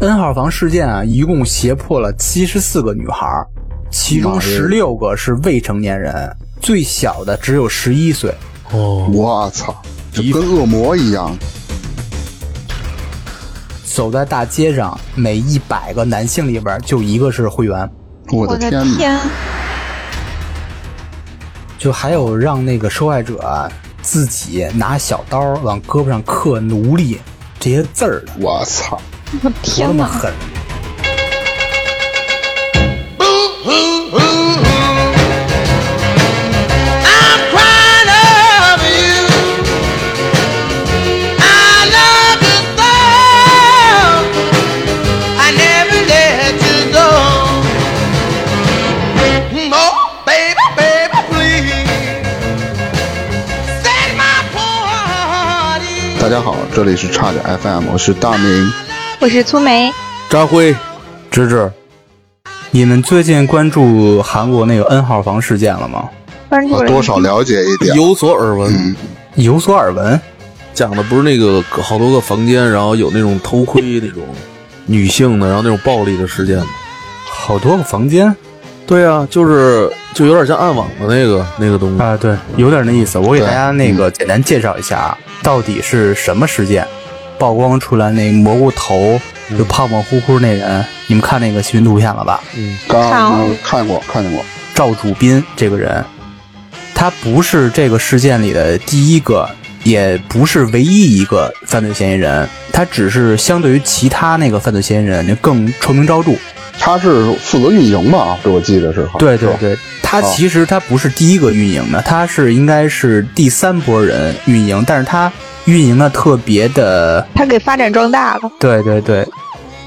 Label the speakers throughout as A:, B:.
A: N 号房事件啊，一共胁迫了七十四个女孩儿，其中十六个是未成年人，最小的只有十一岁。
B: 哦，
C: 我操，这跟恶魔一样。
A: 走在大街上，每一百个男性里边就一个是会员。
C: 我
D: 我
C: 的
D: 的
C: 天哪！
D: 天，
A: 就还有让那个受害者啊自己拿小刀往胳膊上刻奴隶这些字儿的，
C: 我操！
D: 我
A: 多
D: 天
A: 么
D: 哪！
A: 狠！
C: 大家好，这里是差点 FM，我是大明。
D: 我是粗梅，
B: 张辉，芝芝，
A: 你们最近关注韩国那个 N 号房事件了吗？
D: 关注
C: 我
D: 了
C: 啊多少了解一点，
B: 有所耳闻，
C: 嗯
A: 有所耳闻，
B: 讲的不是那个好多个房间，然后有那种偷窥那种女性的，然后那种暴力的事件吗
A: 好多个房间
B: 对啊，就是就有点像暗网的那个那个东西。
A: 啊，对，有点那意思。我给
C: 对
A: 大家那个简单介绍一下啊，到底是什么事件曝光出来那蘑菇头就胖胖乎乎那人，你们看那个新闻图片了吧？
C: 刚看过看见过，
A: 赵主斌这个人，他不是这个事件里的第一个，也不是唯一一个犯罪嫌疑人，他只是相对于其他那个犯罪嫌疑人就更臭名昭著。
C: 他是负责运营吧？这我记得是。好像
A: 对
C: 是
A: 对
C: 吧，哦
A: 对，他其实他不是第一个运营的，他是应该是第三波人运营，但是他运营的特别的，
D: 他给发展壮大了。
A: 对对对。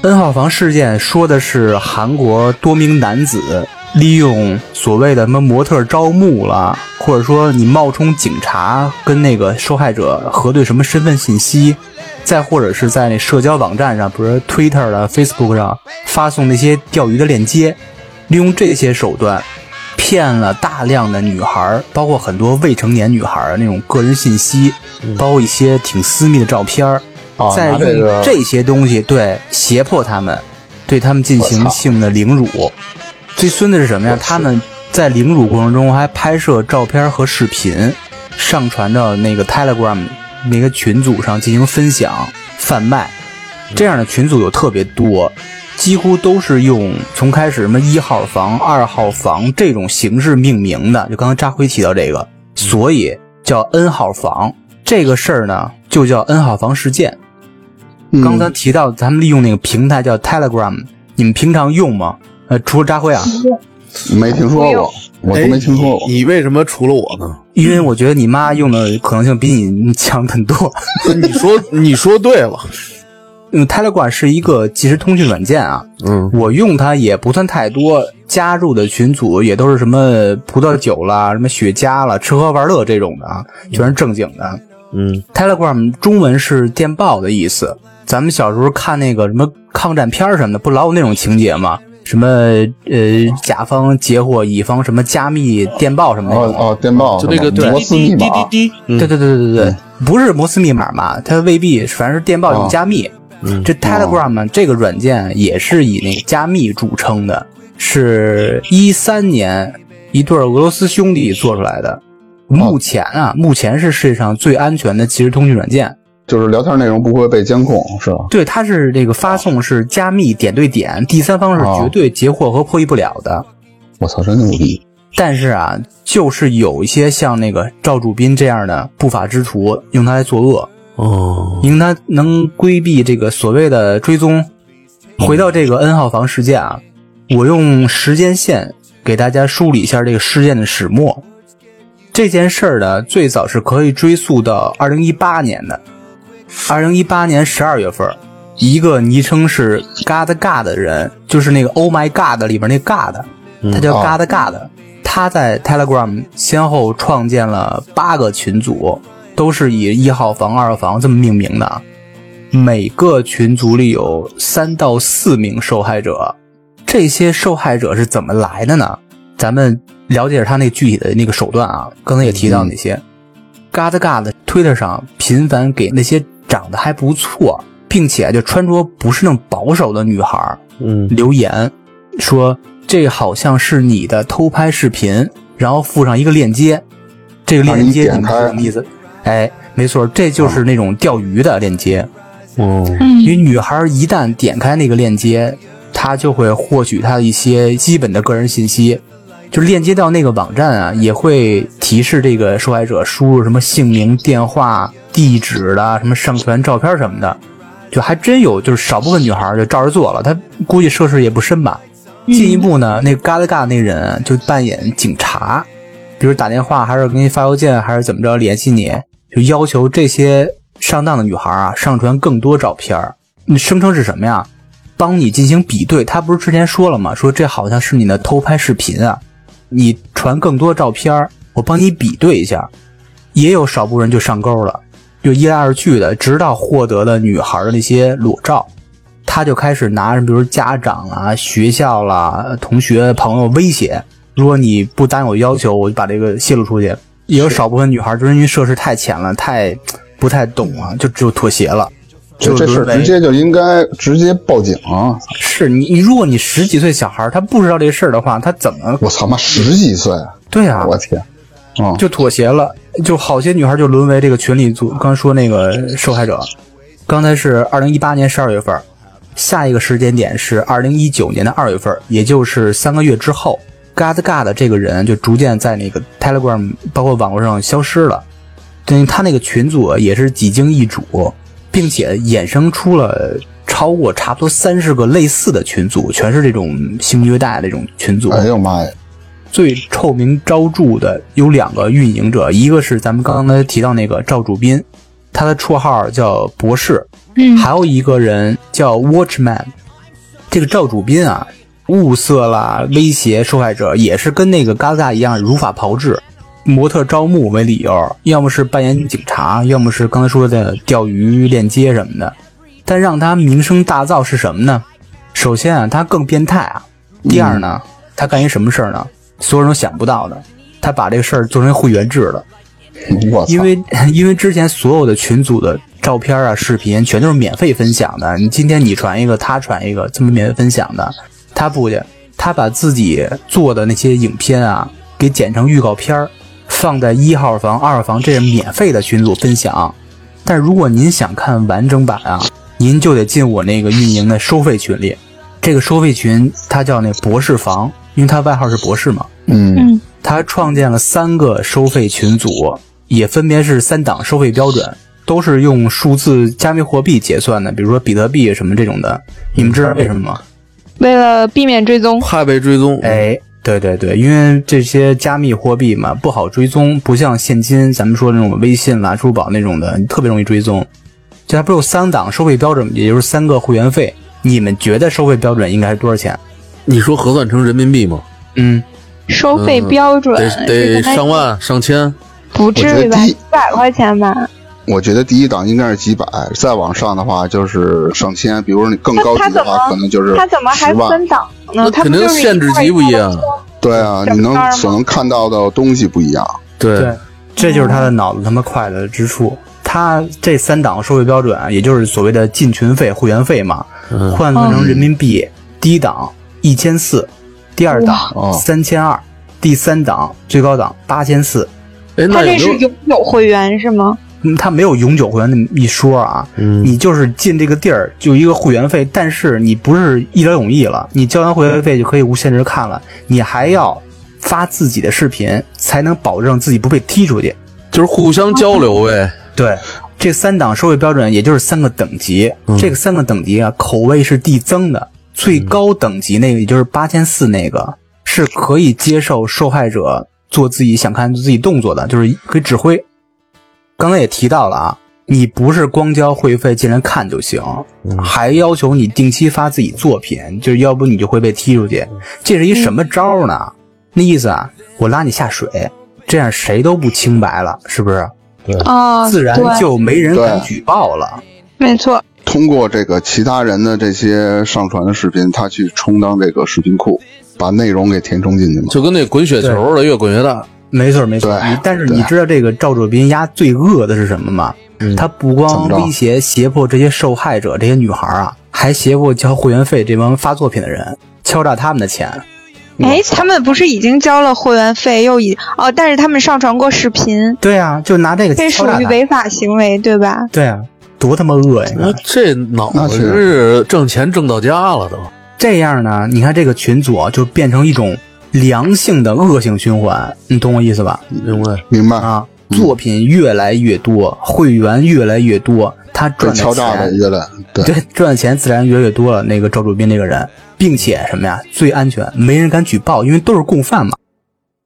A: N 号房事件说的是韩国多名男子利用所谓的什么模特招募啦，或者说你冒充警察跟那个受害者核对什么身份信息，再或者是在那社交网站上，比如说 Twitter 啊、Facebook 上发送那些钓鱼的链接，利用这些手段骗了大量的女孩儿，包括很多未成年女孩儿的那种个人信息，包括一些挺私密的照片儿，
C: 啊
A: 再
C: 拿这
A: 用
C: 个
A: 这些东西对胁迫他们，对他们进行
C: 我操
A: 性的凌辱。最孙子是什么呀？他们在凌辱过程中还拍摄照片和视频，上传到那个 Telegram 那个群组上进行分享、贩卖。
C: 嗯
A: 这样的群组有特别多，几乎都是用从开始什么一号房、二号房这种形式命名的。就刚才扎辉提到这个，
C: 嗯
A: 所以叫 N 号房这个事儿呢，就叫 N 号房事件。
C: 嗯
A: 刚才提到咱们利用那个平台叫 Telegram，你们平常用吗？呃，除了扎辉啊，
C: 嗯没听说
D: 没
C: 过
D: 有，
C: 我都没听说过。
B: 哎你为什么除了我 呢？
A: 因为我觉得你妈用的可能性比你强很多。
B: 你说你说对了，
A: 嗯，Telegram 是一个即时通讯软件啊，
B: 嗯，
A: 我用它也不算太多，加入的群组也都是什么葡萄酒啦、什么雪茄啦、吃喝玩乐这种的啊，全是正经的。
B: 嗯
A: Telegram 中文是电报的意思。咱们小时候看那个什么抗战片儿什么的，不老有那种情节吗？什么呃，甲方截获乙方什么加密电报什么那
C: 哦
A: 种。
C: 哦，嗯电报
B: 就那个
C: 是吧
B: 对
C: 摩斯密码，
B: 滴滴滴，
A: 对对对对对对，不是摩斯密码嘛，它未必，反正是电报有加
C: 哦
A: 密。
B: 嗯
A: 这 Telegram 呢这个软件也是以那个加密著称的，是一三年一对儿俄罗斯兄弟做出来的。
C: 哦
A: 目前啊，目前是世界上最安全的即时通讯软件。
C: 就是聊天内容不会被监控，是吧？
A: 对，它是这个发送是加密点对点，第三方是绝对截获和破译不了的。
C: 我操，真牛逼！
A: 但是啊，就是有一些像那个赵主斌这样的不法之徒用它来作恶，
B: 哦，
A: 因为它能规避这个所谓的追踪。回到这个 N 号房事件啊，我用时间线给大家梳理一下这个事件的始末。这件事儿呢，最早是可以追溯到二零一八年的。二零一八年十二月份，一个昵称是 “God God” 的人，就是那个 “Oh My God” 里边那 God，他叫
C: 哦
A: God God，他在 Telegram 先后创建了八个群组，都是以一号房、二号房这么命名的。每个群组里有三到四名受害者，这些受害者是怎么来的呢？咱们了解他那具体的那个手段啊，刚才也提到那些。嘎子嘎子推特上频繁给那些长得还不错，并且就穿着不是那种保守的女孩儿
B: 嗯
A: 留言说这好像是你的偷拍视频，然后附上一个链接，这个
C: 让
A: 链
C: 啊你
A: 接
C: 点
A: 你们
C: 开啊
A: 是什么意思？哎，没错，这就是那种钓鱼的链接。
B: 哦，
A: 因为
D: 嗯，
A: 女孩一旦点开那个链接，她就会获取她的一些基本的个人信息，就链接到那个网站啊，也会提示这个受害者输入什么姓名、电话、地址啦，什么上传照片什么的，就还真有，就是少部分女孩就照着做了，她估计涉世也不深吧。进一步呢，那个嘎啦嘎那人啊就扮演警察，比如打电话还是给你发邮件还是怎么着联系你，就要求这些上当的女孩啊上传更多照片儿，你声称是什么呀？帮你进行比对。他不是之前说了吗？说这好像是你的偷拍视频啊，你传更多照片儿，我帮你比对一下。也有少部分人就上钩了，就一来二去的，直到获得了女孩的那些裸照，他就开始拿着，比如家长啊、学校啦、同学、朋友威胁，如果你不答应我要求，我就把这个泄露出去。也有少部分女孩就是因为涉世太浅了，太不太懂啊，就只有妥协了。
C: 这
A: 就
C: 这事
A: 沦
C: 儿
A: 为
C: 直接就应该直接报警啊！
A: 是你，你如果你十几岁小孩儿他不知道这事儿的话，他怎么
C: 我操妈十几岁，
A: 对啊？
C: 我天！啊，
A: 就妥协了，就好些女孩就沦为这个群体组。刚说那个受害者，刚才是二零一八年十二月份，下一个时间点是二零一九年的二月份，也就是三个月之后。嘎子嘎的这个人就逐渐在那个 Telegram 包括网络上消失了，等于他那个群组也是几经易主，并且衍生出了超过差不多三十个类似的群组，全是这种性虐待这种群组。
C: 哎呦妈呀！
A: 最臭名昭著的有两个运营者，一个是咱们刚才提到那个赵主斌，他的绰号叫博士，
D: 嗯
A: 还有一个人叫 Watchman。这个赵主斌啊，物色啦、威胁受害者，也是跟那个嘎嘎一样如法炮制，模特招募为理由，要么是扮演警察，要么是刚才说的钓鱼链接什么的。但让他名声大噪是什么呢？首先啊，他更变态啊。第二呢，他干一什么事儿呢？所有人都想不到的，他把这个事儿做成会员制了。
C: 我操！
A: 因为 因为之前所有的群组的照片啊、视频全都是免费分享的，你今天你传一个，他传一个，这么免费分享的，他不去，他把自己做的那些影片啊，给剪成预告片儿，放在一号房、二号房，这是免费的群组分享。但如果您想看完整版啊，您就得进我那个运营的收费群里。这个收费群它叫那博士房，因为它外号是博士嘛。
C: 嗯，
D: 嗯
A: 他创建了三个收费群组，也分别是三档收费标准，都是用数字加密货币结算的，比如说比特币什么这种的。你们知道为什么吗？
D: 为了避免追踪，
B: 怕被追踪。，
A: 哎，对对对，因为这些加密货币嘛不好追踪，不像现金，咱们说那种微信啦、支付宝那种的，特别容易追踪。这还不是有三档收费标准，也就是三个会员费。你们觉得收费标准应该是多少钱？
B: 你说核算成人民币吗？
A: 嗯，
D: 收费标准
B: 得
D: 是
B: 得
D: 大概
B: 上万上千。
D: 不至于
C: 我觉得
D: 吧？
C: 第一
D: 几百块钱吧？
C: 我觉得第一档应该是几百，再往上的话就是上千，比如说你更高级的话，
D: 他他怎么
C: 可能就是
D: 他怎么还
C: 十万。
D: 分档呢？
B: 那
D: 他
B: 肯定限制级不一样。
C: 对啊，你能
D: 整单吗
C: 所能看到的东西不一样。
A: 对，这就是他的脑子他妈快的之处。他这三档收费标准啊，也就是所谓的进群费、会员费嘛，
B: 嗯，
A: 换算成人民币，第一档一千四，第二档
C: 哇哦
A: 三千二，第三档最高档八千四。
B: 哎，
D: 他
B: 那
D: 这
B: 有
D: 是
B: 没有？
D: 永久会员是吗？
A: 嗯他没有永久会员那么一说啊，
B: 嗯，
A: 你就是进这个地儿就一个会员费，但是你不是一劳永逸了，你交完会员费就可以无限制看了，你还要发自己的视频，才能保证自己不被踢出去。
B: 就是互相交流呗。
A: 对，这三档收费标准也就是三个等级，
B: 嗯
A: 这个三个等级啊，口味是递增的，最高等级那个，也就是八千四那个，是可以接受受害者做自己想看自己动作的，就是可以指挥。刚才也提到了啊，你不是光交会费进来看就行，还要求你定期发自己作品，就是要不你就会被踢出去。这是一什么招呢？那意思啊，我拉你下水，这样谁都不清白了，是不是？
D: 啊，
A: 自然
D: 对
A: 就没人敢
C: 对
A: 举报了。
D: 没错，
C: 通过这个其他人的这些上传的视频，他去充当这个视频库，把内容给填充进去嘛。
B: 就跟那滚雪球似的，越滚越大。
A: 没错没错
C: 对。
A: 你但是你
C: 对嗯
A: 知道这个赵哲斌丫最恶的是什么吗？他不
C: 怎么
A: 光
C: 着
A: 威胁胁迫这些受害者这些女孩啊，还胁迫交会员费这帮发作品的人，敲诈他们的钱。
D: 哎，他们不是已经交了会员费，又已哦，但是他们上传过视频，
A: 对啊，就拿这个
D: 这
A: 敲
D: 属
A: 诈
D: 于
A: 他。
D: 违法行为，对吧？
A: 对啊，多他妈恶呀！
B: 那这脑
C: 那
B: 子
C: 是
B: 是挣钱挣到家了都。
A: 这样呢，你看这个群组啊就变成一种良性的恶性循环，你懂我意思吧？
C: 嗯
B: 明白？
C: 明白？
A: 啊，作品越来越多，会员越来越多，他
C: 被
A: 赚的
C: 敲诈的
A: 钱，
C: 越来 对
A: 对，赚的钱自然越来越多了。那个赵主斌这个人，并且什么呀，最安全，没人敢举报，因为都是共犯嘛。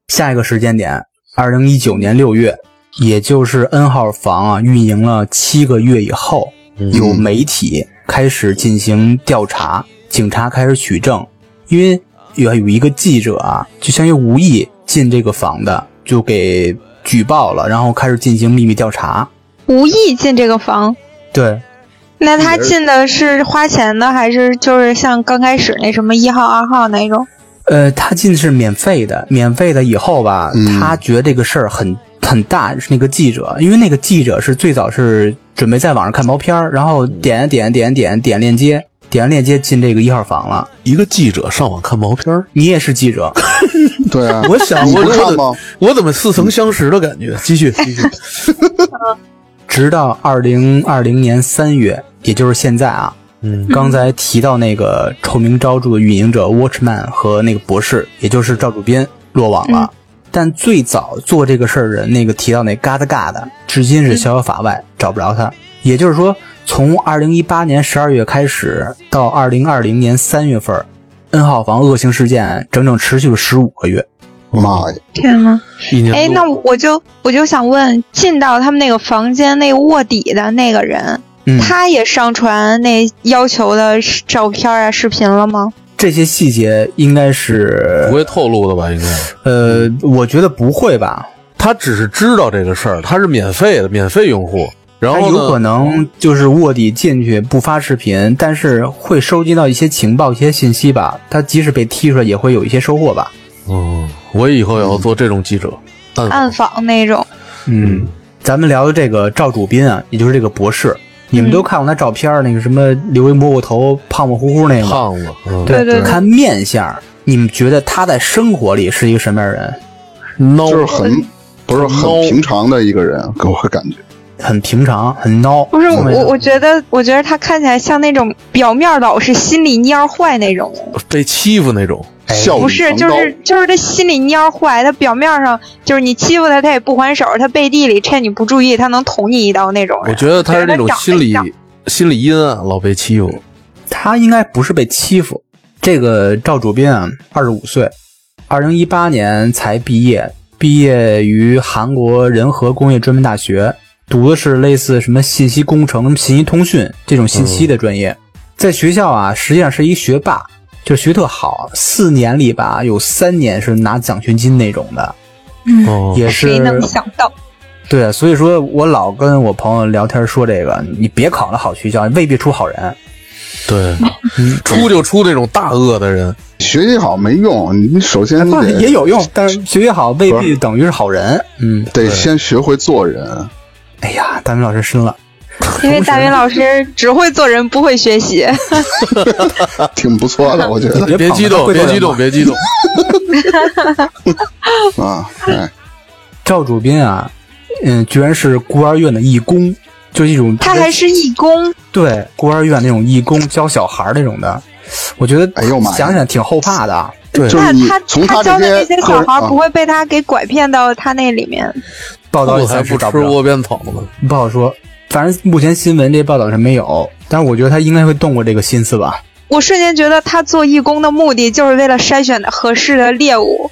A: 下一个时间点，二零一九年六月，也就是 N 号房啊运营了七个月以后，有媒体开始进行调查，警察开始取证，因为有有一个记者啊，就相当于无意进这个房的，就给举报了，然后开始进行秘密调查。
D: 无意进这个房，
A: 对，
D: 那他进的是花钱的，还是就是像刚开始那什么一号、二号那种？
A: 呃，他进是免费的，免费的以后吧，
C: 嗯
A: 他觉得这个事儿很很大，是那个记者，因为那个记者是最早是准备在网上看毛片儿，然后点啊点点点点链接，点啊完链接进这个一号房了。
B: 一个记者上网看毛片儿，
A: 你也是记者，
C: 对啊，
B: 我想
C: 你
B: 我
C: 不
B: 我
C: 看
B: 怎
C: 吗
B: 么？我怎么似曾相识的感觉？继续继续，
A: 直到二零二零年三月，也就是现在啊，
B: 嗯，
A: 刚才提到那个臭名昭著的运营者 Watchman 和那个博士，也就是赵主编落网了。但最早做这个事儿的人，那个提到那嘎达嘎达，至今是逍遥法外，找不着他。也就是说，从二零一八年十二月开始到二零二零年三月份儿，N 号房恶性事件整整持续了十五个月。
C: 妈呀，
D: 天呐！
B: 一年多
D: 哎，那我就我就想问，进到他们那个房间那个卧底的那个人，
A: 嗯，
D: 他也上传那要求的视照片啊、视频了吗？
A: 这些细节应该
B: 不
A: 是
B: 会透露的吧？应该
A: 呃，我觉得不会吧？
B: 他只是知道这个事儿，他是免费的，免费用户。然
A: 他
B: 后
A: 有可
B: 呢？
A: 能就是卧底进去不发视频，但是会收集到一些情报、一些信息吧。他即使被踢出来，也会有一些收获吧。
B: 嗯，我以后也要做这种记者。但
D: 暗访那种，
A: 嗯，咱们聊的这个赵主斌啊，也就是这个博士，你们都看过他照片儿，那个什么留一蘑菇头、胖胖乎乎那个，
B: 胖子，嗯，
D: 对对对
A: 看面相儿，你们觉得他在生活里是一个什么样的人？
B: 孬
C: 就是很不是很平常的一个人，给我感觉。
A: 很平常，很孬。
D: 不是
A: 后面
D: 我，我觉得，我觉得他看起来像那种表面老实、心里蔫儿坏那种人，
B: 被欺负那种。
A: 哎
C: 笑
D: 不
C: 里
D: 是，
C: 藏
D: 就
C: 刀
D: 是就是他心里蔫儿坏，他表面上就是你欺负他，他也不还手，他背地里趁你不注意，他能捅你一刀那种
B: 我
D: 人。
B: 觉得他是那种
D: 觉得哎长得
B: 心理
D: 像
B: 心理阴暗，老被欺负。
A: 他应该不是被欺负。这个赵主编啊，二十五岁，二零一八年才毕业，毕业于韩国仁和工业专门大学，读的是类似什么信息工程、什么信息通讯这种信息的专业。在学校啊，实际上是一学霸，就是学特好，四年里吧有三年是拿奖学金那种的，
D: 嗯，
B: 哦，
A: 也是
D: 谁能想到？
A: 对啊，所以说我老跟我朋友聊天说这个，你别考了好学校，未必出好人。
B: 对，出就出那种大恶的人。
C: 学习好没用，你你首先你
A: 不是哎也
C: 得
A: 有用，但是学习好未
C: 不
A: 必等于是好人。嗯，
C: 得先学会做人。
A: 哎呀，大明老师深了。
D: 因为大云老师只会做人，不会学习。
C: 挺不错的，我觉得
A: 别
B: 别
A: 捧
B: 激
A: 他
B: 动，
A: 会做
B: 别
A: 人
B: 激动，
A: 吗
B: 别激动。
C: 啊，哎，
A: 赵主编啊，嗯，居然是孤儿院的义工，就是一种
D: 他还是义工，
A: 对孤儿院那种义工教小孩儿那种的，我觉得
C: 哎呦妈呀
A: 想想挺后怕的啊。对
C: 就
D: 那
C: 是你
D: 他
C: 从
D: 他
C: 这
D: 教的那些
C: 个
D: 小
C: 人
D: 孩儿
C: 啊
D: 不，会被他给拐骗到他那里面。
A: 报道
B: 我
A: 也
B: 还
A: 暂
B: 不
A: 时找
B: 吃
A: 不着，
B: 窝边草呢。
A: 不好说。反正目前新闻这报道上没有，但是我觉得他应该会动过这个心思吧。
D: 我瞬间觉得他做义工的目的就是为了筛选合适的猎物。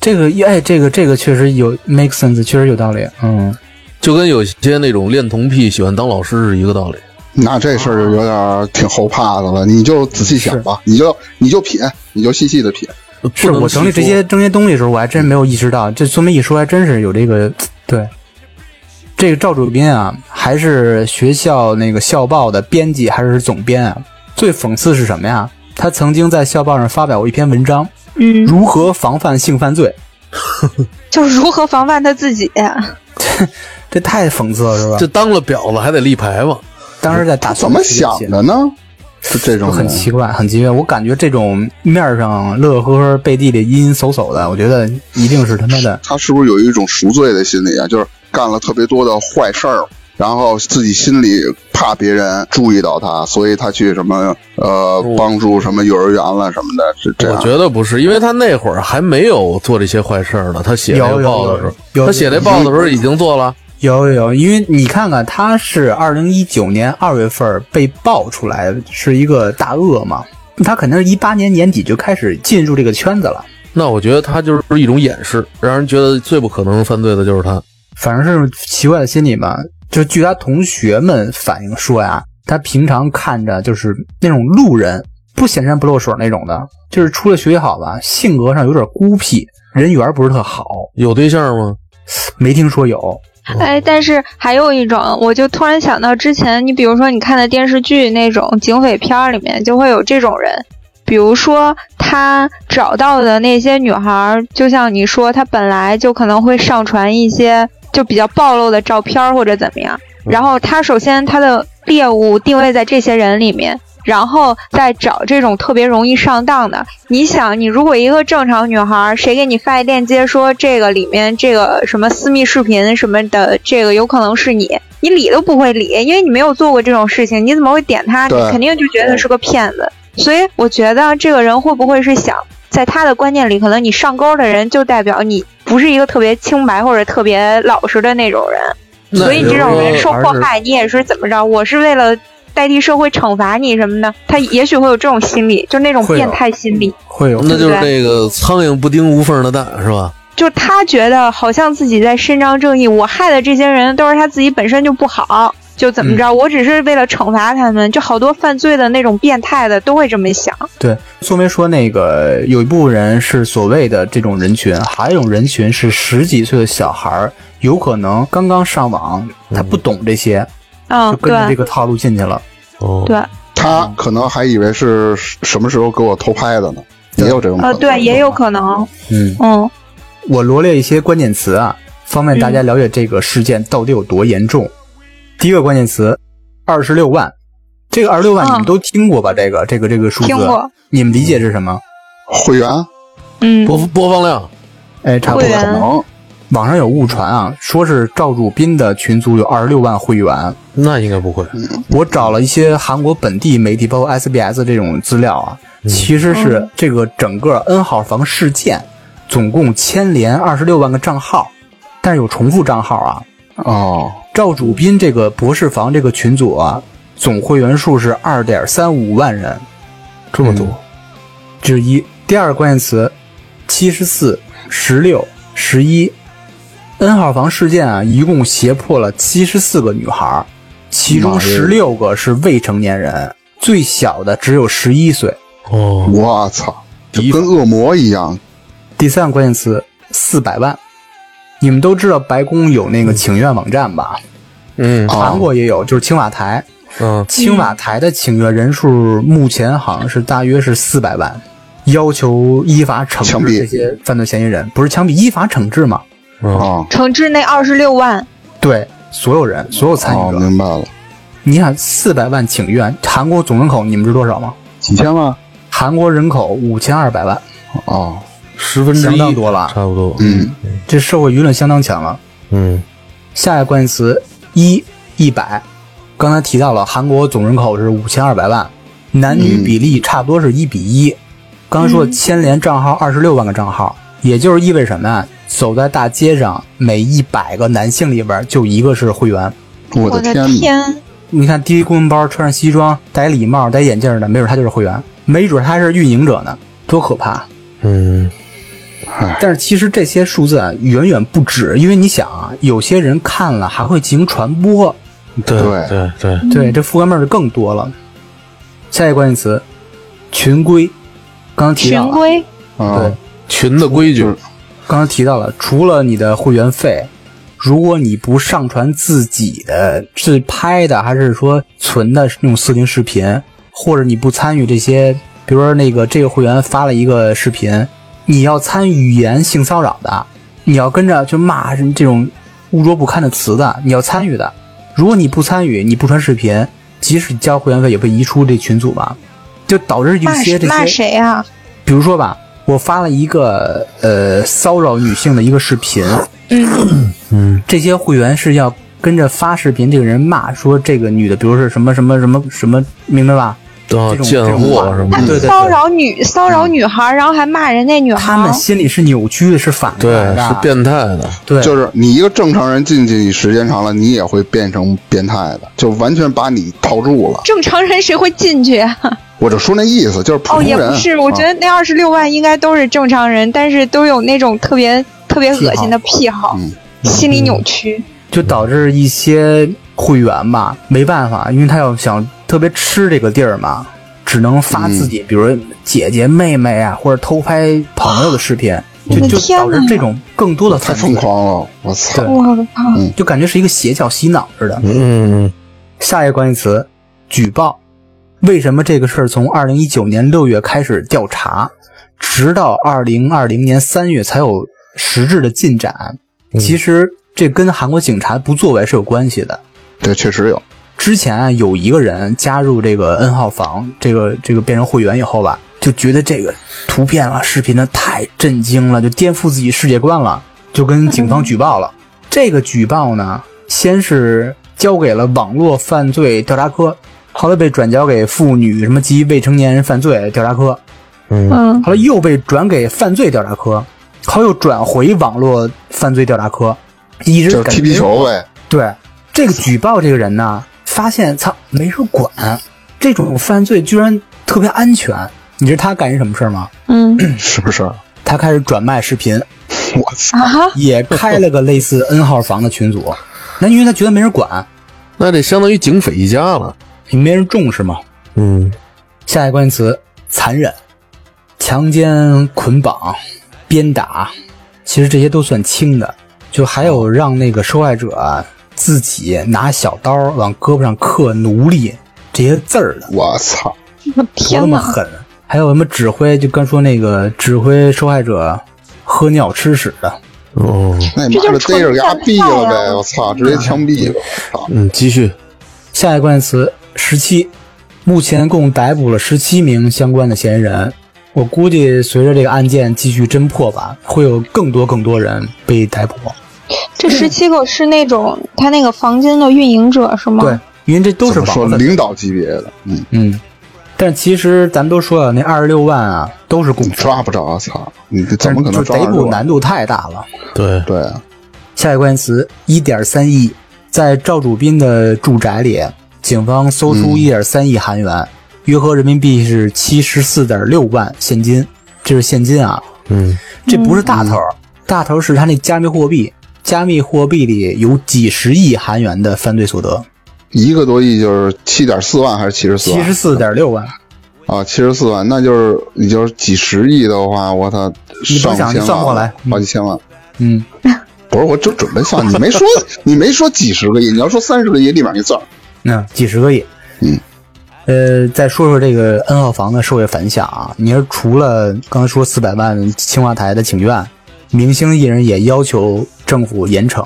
A: 这个哎，这个这个确实有 make sense，确实有道理。嗯，
B: 就跟有些那种恋童癖喜欢当老师是一个道理。
C: 那这事儿就有点儿挺后怕的了。你就仔细想吧，你就你就品，你就细细的品。
A: 是
B: 不能
A: 我整理这
B: 细说
A: 些这些东西的时候，我还真没有意识到，这这么一说，还真是有这个对。这个赵主编啊，还是学校那个校报的编辑，还是总编啊。最讽刺是什么呀？他曾经在校报上发表过一篇文章，
D: 嗯，
A: 如何防范性犯罪，
D: 就是如何防范他自己。
A: 这太讽刺了，是吧？
B: 这当了婊子还得立牌嘛？
A: 当时在打
C: 怎么想的呢？就这
A: 就
C: 种
A: 很
C: 人，
A: 奇怪，很奇怪。我感觉这种面上乐呵呵，背地里阴阴嗖嗖的，我觉得一定是他妈的
C: 他是不是有一种赎罪的心理啊？就是干了特别多的坏事儿，然后自己心里怕别人注意到他，所以他去什么呃
A: 哦
C: 帮助什么幼儿园了什么的，是这
A: 啊
B: 我
C: 样。
B: 觉得不是，因为他那会儿还没有做这些坏事儿呢。他写那
A: 有
B: 个
A: 有
B: 报的
A: 有
B: 时
A: 有
B: 候，他写那报的时候已经做了。
A: 有有有，因为你看看，他是二零一九年二月份被爆出来是一个大鳄嘛，他肯定是一八年年底就开始进入这个圈子了。
B: 那我觉得他就是一种掩饰，让人觉得最不可能犯罪的就是他。
A: 反正是奇怪的心理嘛。就据他同学们反映说呀，他平常看着就是那种路人，不显山不露水那种的，就是出了学习好吧，性格上有点孤僻，人缘不是特好，
B: 有对象吗？
A: 没听说有。
D: 哎，但是还有一种，我就突然想到之前，你比如说你看的电视剧那种警匪片儿里面，就会有这种人。比如说他找到的那些女孩儿，就像你说，他本来就可能会上传一些就比较暴露的照片儿或者怎么样。然后他首先他的猎物定位在这些人里面，然后再找这种特别容易上当的。你想，你如果一个正常女孩儿，谁给你发一链接说这个里面这个什么私密视频什么的，这个有可能是你，你理都不会理，因为你没有做过这种事情，你怎么会点他？你
C: 对
D: 肯定就觉得是个骗子。所以我觉得这个人会不会是想，在他的观念里，可能你上钩的人就代表你不是一个特别清白或者特别老实的那种人。
B: 那
D: 所以
B: 比
D: 这
B: 如
D: 种
B: 说
D: 人受
A: 而
D: 迫
A: 是
D: 害，你也是怎么着？我是为了代替社会惩罚你什么的，他也许会有这种心理，就那种
A: 会有
D: 变态心理，
A: 会有
B: 那就
D: 对
B: 是
D: 不
B: 那个苍蝇不叮无缝的蛋，是吧？
D: 就他觉得好像自己在伸张正义，我害的这些人都是他自己本身就不好，就怎么着？
A: 嗯
D: 我只是为了惩罚他们，就好多犯罪的那种变态的都会这么想。
A: 对，苏梅说那个有一部分人是所谓的这种人群，还有一种人群是十几岁的小孩儿，有可能刚刚上网，他不懂这些，
D: 嗯
A: 就，跟着这
D: 对
A: 个套路进去了。
B: 哦
D: 对，呃
C: 他可能还以为是什么时候给我偷拍的呢，也有这种可
D: 呃，
C: 能。
D: 对，也有可能，
A: 嗯，
D: 嗯。
A: 我罗列一些关键词啊，方便大家了解这个事件到底有多严重。第一个关键词，二十六万，这个二十六万
D: 嗯
A: 你们都听过吧？这个这个这个数字，
D: 听过
A: 你们理解是什么？
C: 会员
D: 嗯，
B: 播播放量
A: 哎，差不多
C: 不
D: 会。员
C: 可能，
A: 网上有误传啊，说是赵主斌的群组有二十六万会员。
B: 那应该不会。
A: 我找了一些韩国本地媒体，包括 SBS 这种资料啊，其实是这个整个 N 号房事件，总共牵连二十六万个账号，但是有重复账号啊。
C: 哦，
A: 赵主斌这个博士房这个群组啊，总会员数是二点三五万人，
B: 这么多，
A: 这是一。第二个关键词，七十四、十六、十一。N 号房事件啊，一共胁迫了七十四个女孩儿，其中
C: 妈呀
A: 十六个是未成年人，最小的只有十一岁。
B: 哦，
C: 我操，就
B: 衣服
C: 跟恶魔一样，
A: 第三个关键词，四百万。你们都知道白宫有那个请愿网站吧？
B: 嗯
C: 哦
A: 韩国也有，就是青瓦台。
B: 嗯，
A: 青瓦台的请愿人数目前好像是大约是四百万，要求依法惩
C: 枪
A: 治
C: 毙
A: 这些犯罪嫌疑人，不是枪毙，依法惩治嘛？
C: 啊，
D: 惩治那二十六万，
A: 对，所有人，所有参
C: 哦，
A: 与者。
C: 明白了，
A: 你想，四百万请愿，韩国总人口你们知道多少吗？
C: 几千万
A: 韩国人口五千二百万，
C: 哦，
B: 十分之
A: 相
B: 一
A: 当多了
B: 差不多。
C: 嗯，
A: 这社会舆论相当强了。
B: 嗯，
A: 下一个关键词一一百，刚才提到了韩国总人口是五千二百万，男女比例差不多是一比一。刚才说的牵连账号二十六万个账号，也就是意味着什么呀？走在大街上，每一百个男性里边就一个是会员。
C: 我
D: 我
C: 的
D: 的
C: 天哪，
D: 天，
A: 你看，提公文包，穿上西装，戴礼帽，戴眼镜的，没准他就是会员，没准他还是运营者呢，多可怕！
B: 嗯，
A: 但是其实这些数字啊，远远不止，因为你想啊，有些人看了还会进行传播，
B: 对
C: 对
B: 对对，
A: 对，这覆盖面儿就更多了。下一个关键词，群规，刚刚提
D: 群
A: 到啊了，
D: 规，
A: 对
C: 啊，
B: 群的规矩
C: 就是
A: 刚刚提到了，除了你的会员费，如果你不上传自己的是拍的还是说存的那种色情视频，或者你不参与这些，比如说那个这个会员发了一个视频，你要参语言性骚扰的，你要跟着就骂什么这种污浊不堪的词的，你要参与的。如果你不参与，你不传视频，即使交会员费也被移出这群组吧，就导致有
D: 骂
A: 些
D: 谁
A: 这
D: 骂
A: 些
D: 谁啊呀、
A: 比如说吧，我发了一个呃骚扰女性的一个视频，嗯，这些会员是要跟着发视频这个人骂说这个女的，比如是什么什么什么什么，明白吧？
B: 啊
A: 这，种
B: 贱货什么
A: 这种
D: 他
B: 的，
A: 对对
D: 骚扰女骚扰女孩，然后还骂人家女孩。
A: 他们心里是扭曲的，是反过
B: 对
A: 来
B: 是
A: 的，
B: 变态的，
A: 对，
C: 就是你一个正常人进去，你时间长了，你也会变成变态的，就完全把你套住了。
D: 正常人谁会进去啊？
C: 我就说那意思，就是普
D: 哦，
C: 通
D: 也
C: 人。
D: 不是，我
C: 啊
D: 觉得那二十六万应该都是正常人，但是都有那种特别特别
A: 癖好
D: 恶心的癖好，
C: 嗯
D: 心理扭曲。
A: 就导致一些会员吧没办法，因为他要想特别吃这个地儿嘛，只能发自己，比如姐姐、妹妹啊，或者偷拍朋友的视频，就
D: 我的
A: 就
D: 天
A: 导致
D: 哪
A: 这种更多的
C: 太
A: 犯罪
C: 疯狂了，我操！
A: 嗯对
D: 我靠！
A: 就感觉是一个邪教洗脑似的。
B: 嗯，
A: 下一个关键词，举报。为什么这个事儿从二零一九年六月开始调查，直到二零二零年三月才有实质的进展？其实这跟韩国警察不作为是有关系的。
C: 对，确实有。
A: 之前啊，有一个人加入这个 N 号房，这个这个变成会员以后吧，就觉得这个图片啊、视频呢太震惊了，就颠覆自己世界观了，就跟警方举 报了。这个举报呢，先是交给了网络犯罪调查科，后来被转交给妇女什么及未成年人犯罪调查科，
D: 嗯，
A: 后来又被转给犯罪调查科，后来又转回网络犯罪调查科，一直
C: 就是
A: 感
C: 踢
A: 觉
C: 皮球呗，
A: 对，这个举报这个人呢，发现操没人管，这种犯罪居然特别安全。你知道他干一什么事儿吗？
D: 嗯
C: 是不是？
A: 他开始转卖视频，
C: 我操！
D: 啊，
A: 也开了个类似 N 号房的群组。那因为他觉得没人管，
B: 那这相当于警匪一家了，
A: 也没人重视嘛。
B: 嗯，
A: 下一个关键词：残忍、强奸、捆绑、鞭打，其实这些都算轻的。就还有让那个受害者啊自己拿小刀往胳膊上刻“奴隶”这些字儿的。
C: 我操！
D: 我
A: 多那
D: 天
A: 么
D: 哪！
A: 狠，还有什么指挥？就刚说那个指挥受害者喝尿吃屎的，
B: 哦，
C: 那
D: 这
C: 妈
D: 就是
C: 的逮着给他
D: 纯
C: 毙了
D: 变态
C: 呗！
D: 啊
C: 我操，直接枪毙了！操！
B: 嗯，继续，
A: 下一个关键词十七，目前共逮捕了十七名相关的嫌疑人。我估计随着这个案件继续侦破吧，会有更多更多人被逮捕。
D: 这十七个是那种他那个房间的运营者是吗？
A: 对，，因为这 都是
C: 怎么说
A: 网粉。
C: 领导级别的，嗯，
A: 嗯，但其实咱们都说了，那二十六万啊都是共
C: 你
A: 犯，
C: 抓不着，啊操！你这怎么可能
A: 就
C: 抓
A: 逮
C: 得
A: 捕
C: 住？啊
A: 难度太大了。
B: 对，
C: 对啊，
A: 下一个关键词一点三亿，在赵主斌的住宅里，警方搜出一点三亿韩元，约合人民币是七十四点六万现金，这是现金啊，
B: 嗯，
A: 这不是大头儿，大头儿是他那加密货币，加密货币里有几十亿韩元的犯罪所得，
C: 一个多亿就是七点四万还是七十四
A: 七
C: 万
A: 十四点六万，
C: 啊？七十四万，那就是你就是几十亿的话，我操，
A: 你不
C: 上
A: 想
C: 千
A: 你算不过
C: 万
A: 来
C: 了，好几千万。
A: 嗯，
C: 不是，我就准备算，你 没说，你没说几十个亿，你要说三十个亿，立马给算。
A: 那几十个亿。
C: 嗯，
A: 呃，再说说这个 N 号房的社会反响啊。你说除了刚才说四百万青瓦台的请愿，明星艺人也要求政府严惩。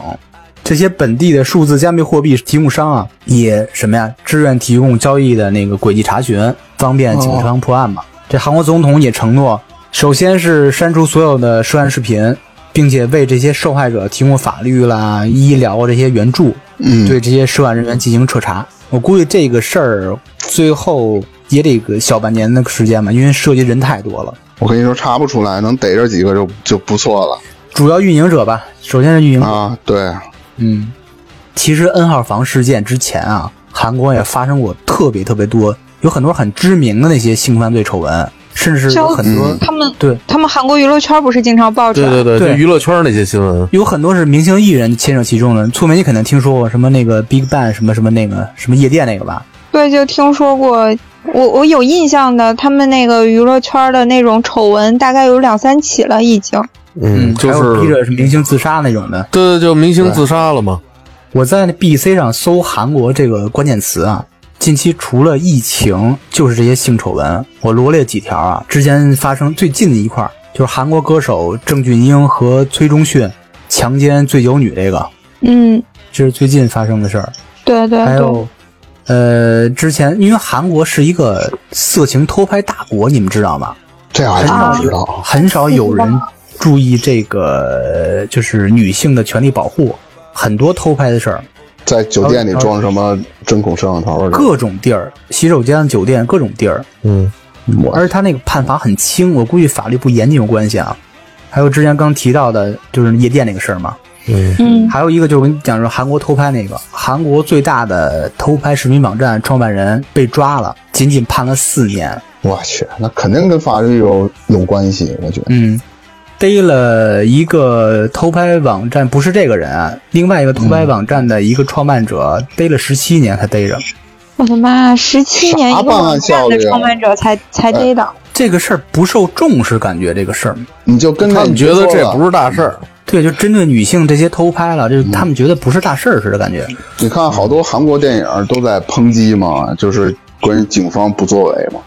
A: 这些本地的数字加密货币提供商啊，也什么呀，志愿提供交易的那个轨迹查询，方便警方破案嘛。这韩国总统也承诺，首先是删除所有的涉案视频，并且为这些受害者提供法律啦、医疗这些援助。
C: 嗯，
A: 对这些涉案人员进行彻查。我估计这个事儿最后也得个小半年的时间吧，因为涉及人太多了。
C: 我跟你说，查不出来，能逮着几个就就不错了
A: 主要运营者吧，首先是运营者。
C: 啊！对，
A: 嗯，其实 N 号房事件之前啊，韩国也发生过特别特别多，有很多很知名的那些性犯罪丑闻，甚至有很多、
C: 嗯
D: 他们
A: 对
D: 他们韩国娱乐圈不是经常爆出
B: 对
D: 来？
B: 对对，
A: 对
B: 就娱乐圈那些新闻，嗯
A: 有很多是明星艺人牵扯其中的。醋梅你肯定听说过什么那个 Big Bang 什么什么那个什么夜店那个吧？
D: 对，就听说过，我我有印象的，他们那个娱乐圈的那种丑闻，大概有两三起了，已经。
B: 嗯，就
A: 还有逼
B: 是，
A: 着是明星自杀那种的。
B: 对对，就明星自杀了嘛，
A: 我在那 BC 上搜韩国这个关键词啊，近期除了疫情，就是这些性丑闻，我罗列几条啊。之前发生最近的一块儿，就是韩国歌手郑俊英和崔忠训强奸醉酒女这个，
D: 嗯，
A: 这是最近发生的事儿。
D: 对对
C: 哎
A: 还
D: 对，
A: 有，呃，之前因为韩国是一个色情偷拍大国，你们知道吗？
C: 这我还真不知道。
A: 很少有人注意这个，呃就是女性的权利保护，很多偷拍的事儿，
C: 在酒店里装什么针孔摄像头儿？
A: 各种地儿，洗手间、酒店各种地儿，
B: 嗯，
C: 我
A: 而且他那个判罚很轻，我估计法律不严谨有关系啊。还有之前刚提到的，就是夜店那个事儿嘛，
D: 嗯
A: 还有一个就是我跟你讲说韩国偷拍那个，韩国最大的偷拍视频网站创办人被抓了，仅仅判了四年，
C: 我去，那肯定跟法律有有关系，我觉得。
A: 嗯，逮了一个偷拍网站，不是这个人啊，另外一个偷拍网站的一个创办者，逮了十七年才逮着。
D: 我的妈呀，十七年
C: 啥
D: 一个
C: 办案
D: 网
C: 效
D: 站的
C: 率啊
D: 创办者才才逮到，
A: 这个事儿不受重视，感觉这个事儿，
C: 你就跟那
B: 他们
C: 你
B: 觉得
C: 说
B: 这
C: 了
B: 不是大事儿，
A: 对，就针对女性这些偷拍了，这他们觉得不是大事儿似的感觉。
C: 你看好多韩国电影都在抨击嘛，就是关于警方不作为嘛。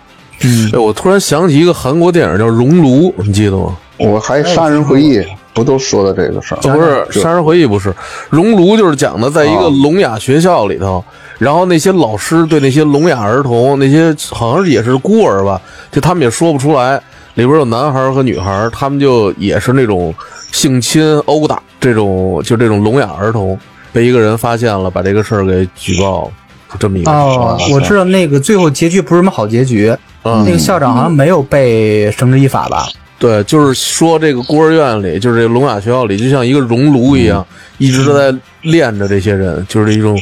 A: 嗯
B: 哎，我突然想起一个韩国电影叫《熔炉》，你记得吗？
C: 我还《杀人回忆》不都说的这个事儿？
B: 不是《杀人回忆》，不是《熔炉》，就是讲的在一个
C: 啊
B: 聋哑学校里头，然后那些老师对那些聋哑儿童，那些好像是也是孤儿吧，就他们也说不出来。里边有男孩儿和女孩儿，他们就也是那种性侵、殴打这种，就这种聋哑儿童，被一个人发现了，把这个事儿给举报了，就这么一个事儿。
A: 哦，我知道那个最后结局不是什么好结局，
B: 嗯
A: 那个校长好像没有被绳之以法吧？
B: 对，就是说这个孤儿院里，就是这聋哑学校里，就像一个熔炉一样，一直都在炼着这些人，就是一种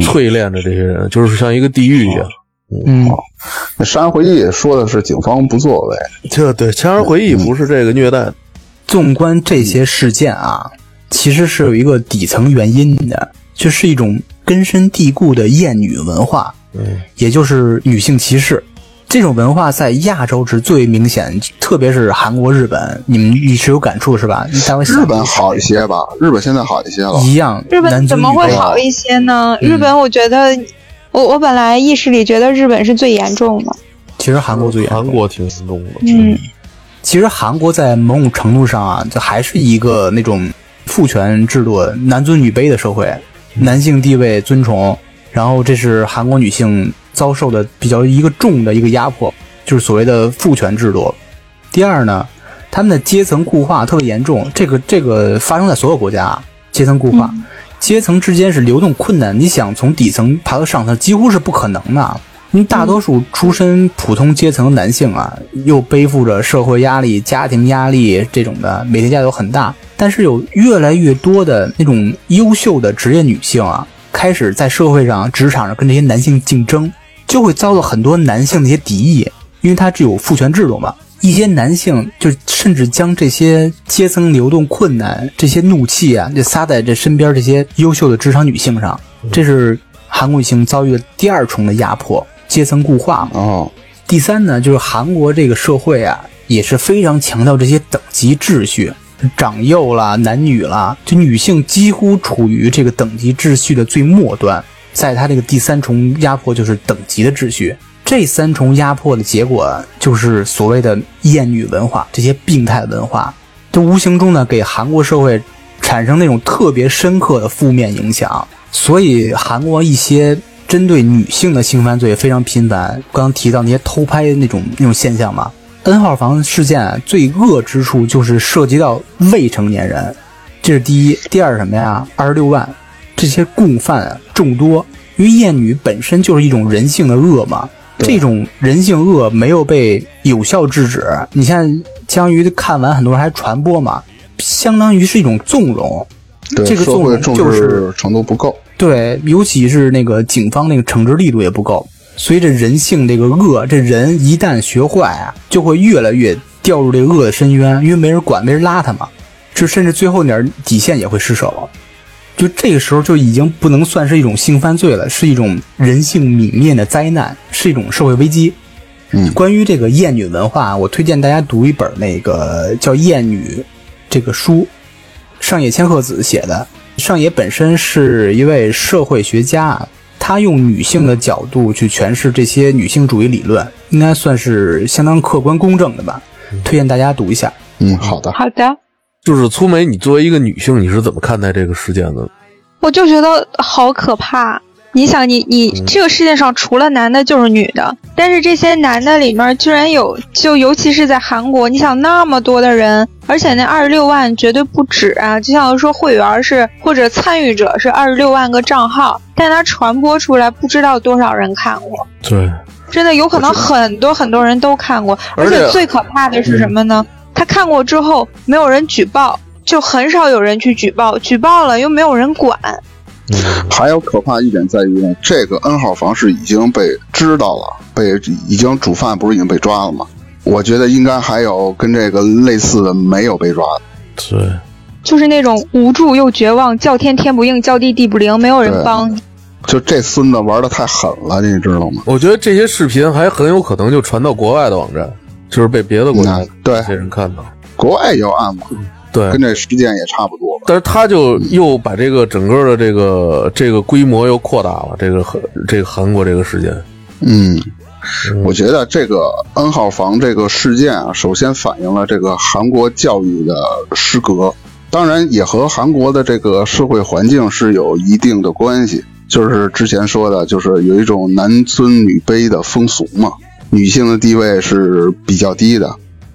B: 淬炼着这些人，就是像一个地狱一样。
A: 嗯，
C: 那《杀人回忆》说的是警方不作为，
B: 这对《前人回忆》不是这个虐待，
A: 纵观这些事件啊，其实是有一个底层原因的，就是一种根深蒂固的厌女文化，
B: 嗯，
A: 也就是女性歧视。这种文化在亚洲是最明显，特别是韩国、日本，你们你是有感触是吧？你待会想
C: 日本好一些吧？日本现在好一些了。
B: 嗯
A: 一样，
D: 日
A: 男
D: 本
A: 尊
D: 怎么
A: 女
D: 会
A: 卑啊嗯
D: 好一些呢？日本我觉得，我我本来意识里觉得日本是最严重的，
A: 其实韩国最严重
B: 韩国挺严重的。
D: 嗯，
A: 其实韩国在某种程度上啊，就还是一个那种父权制度、男尊女卑的社会，
B: 嗯
A: 男性地位尊崇，然后这是韩国女性遭受的比较一个重的一个压迫，就是所谓的父权制度。第二呢，他们的阶层固化特别严重，这个这个发生在所有国家，啊，阶层固化，
B: 嗯
A: 阶层之间是流动困难，你想从底层爬到上层几乎是不可能的。因为大多数出身普通阶层的男性啊，又背负着社会压力、家庭压力这种的，每天压力都很大。但是有越来越多的那种优秀的职业女性啊，开始在社会上、职场上跟这些男性竞争，就会遭到很多男性的一些敌意，因为他只有父权制度嘛。一些男性就甚至将这些阶层流动困难、这些怒气啊，就撒在这身边这些优秀的职场女性上，这是韩国女性遭遇的第二重的压迫——阶层固化嘛。
C: 哦，
A: 第三呢，就是韩国这个社会啊，也是非常强调这些等级秩序，长幼啦、男女啦，就女性几乎处于这个等级秩序的最末端。在她这个第三重压迫，就是等级的秩序。这三重压迫的结果啊，就是所谓的厌女文化，这些病态文化，这无形中呢，给韩国社会产生那种特别深刻的负面影响。所以，韩国一些针对女性的性犯罪非常频繁。刚刚提到那些偷拍那种那种现象嘛，N 号房事件啊最恶之处就是涉及到未成年人，这是第一。第二是什么呀？二十六万，这些共犯啊众多，因为厌女本身就是一种人性的恶嘛。这种人性恶没有被有效制止，你像相于看完很多人还传播嘛，相当于是一种纵容。
C: 对，
A: 这个
C: 社
A: 纵
C: 会
A: 容
C: 重
A: 就是
C: 视程度不够。
A: 对，尤其是那个警方那个惩治力度也不够。随着人性这个恶，这人一旦学坏啊，就会越来越掉入这个恶的深渊，因为没人管，没人拉他嘛。就甚至最后点儿底线也会失守，就这个时候就已经不能算是一种性犯罪了，是一种人性泯灭的灾难，是一种社会危机。
C: 嗯
A: 关于这个厌女文化，我推荐大家读一本那个叫《厌女》这个书，上野千鹤子写的。上野本身是一位社会学家，他用女性的角度去诠释这
E: 嗯
A: 些女性主义理论，应该算是相当客观公正的吧。推荐大家读一下。
C: 嗯，好的，
D: 好的，
B: 就是粗梅，你作为一个女性，你是怎么看待这个事件的？
D: 我就觉得好可怕。你想你，你这个世界上除了男的就是女的，但是这些男的里面居然有，就尤其是在韩国，你想那么多的人，而且那二十六万绝对不止啊！就像说会员是或者参与者是二十六万个账号，但它传播出来不知道多少人看过，
B: 对，
D: 真的有可能很多很多人都看过，
B: 而
D: 而
B: 且
D: 且最可怕的是什么呢？他看过之后没有人举报，就很少有人去举报，举报了又没有人管。
B: 嗯，
C: 还有可怕一点在于呢，这个 N 号房是已经被知道了，被已经主犯不是已经被抓了吗？我觉得应该还有跟这个类似的没有被抓的。
B: 对，
D: 就是那种无助又绝望，叫天天不应，叫地地不灵，没有人
C: 对
D: 帮你。
C: 就这孙子玩的太狠了，你知道吗？
B: 我觉得这些视频还很有可能就传到国外的网站，就是被别的国家
C: 那对
B: 这，些人看到。
C: 国外也有案嘛，
B: 对，
C: 跟这事件也差不多吧。
B: 但是他就又把这个整个的这个这个规模又扩大了，这个韩这个韩国这个事件，
C: 嗯，我觉得这个 N 号房这个事件啊，首先反映了这个韩国教育的失格，当然也和韩国的这个社会环境是有一定的关系。就是之前说的，就是有一种男尊女卑的风俗嘛，女性的地位是比较低的。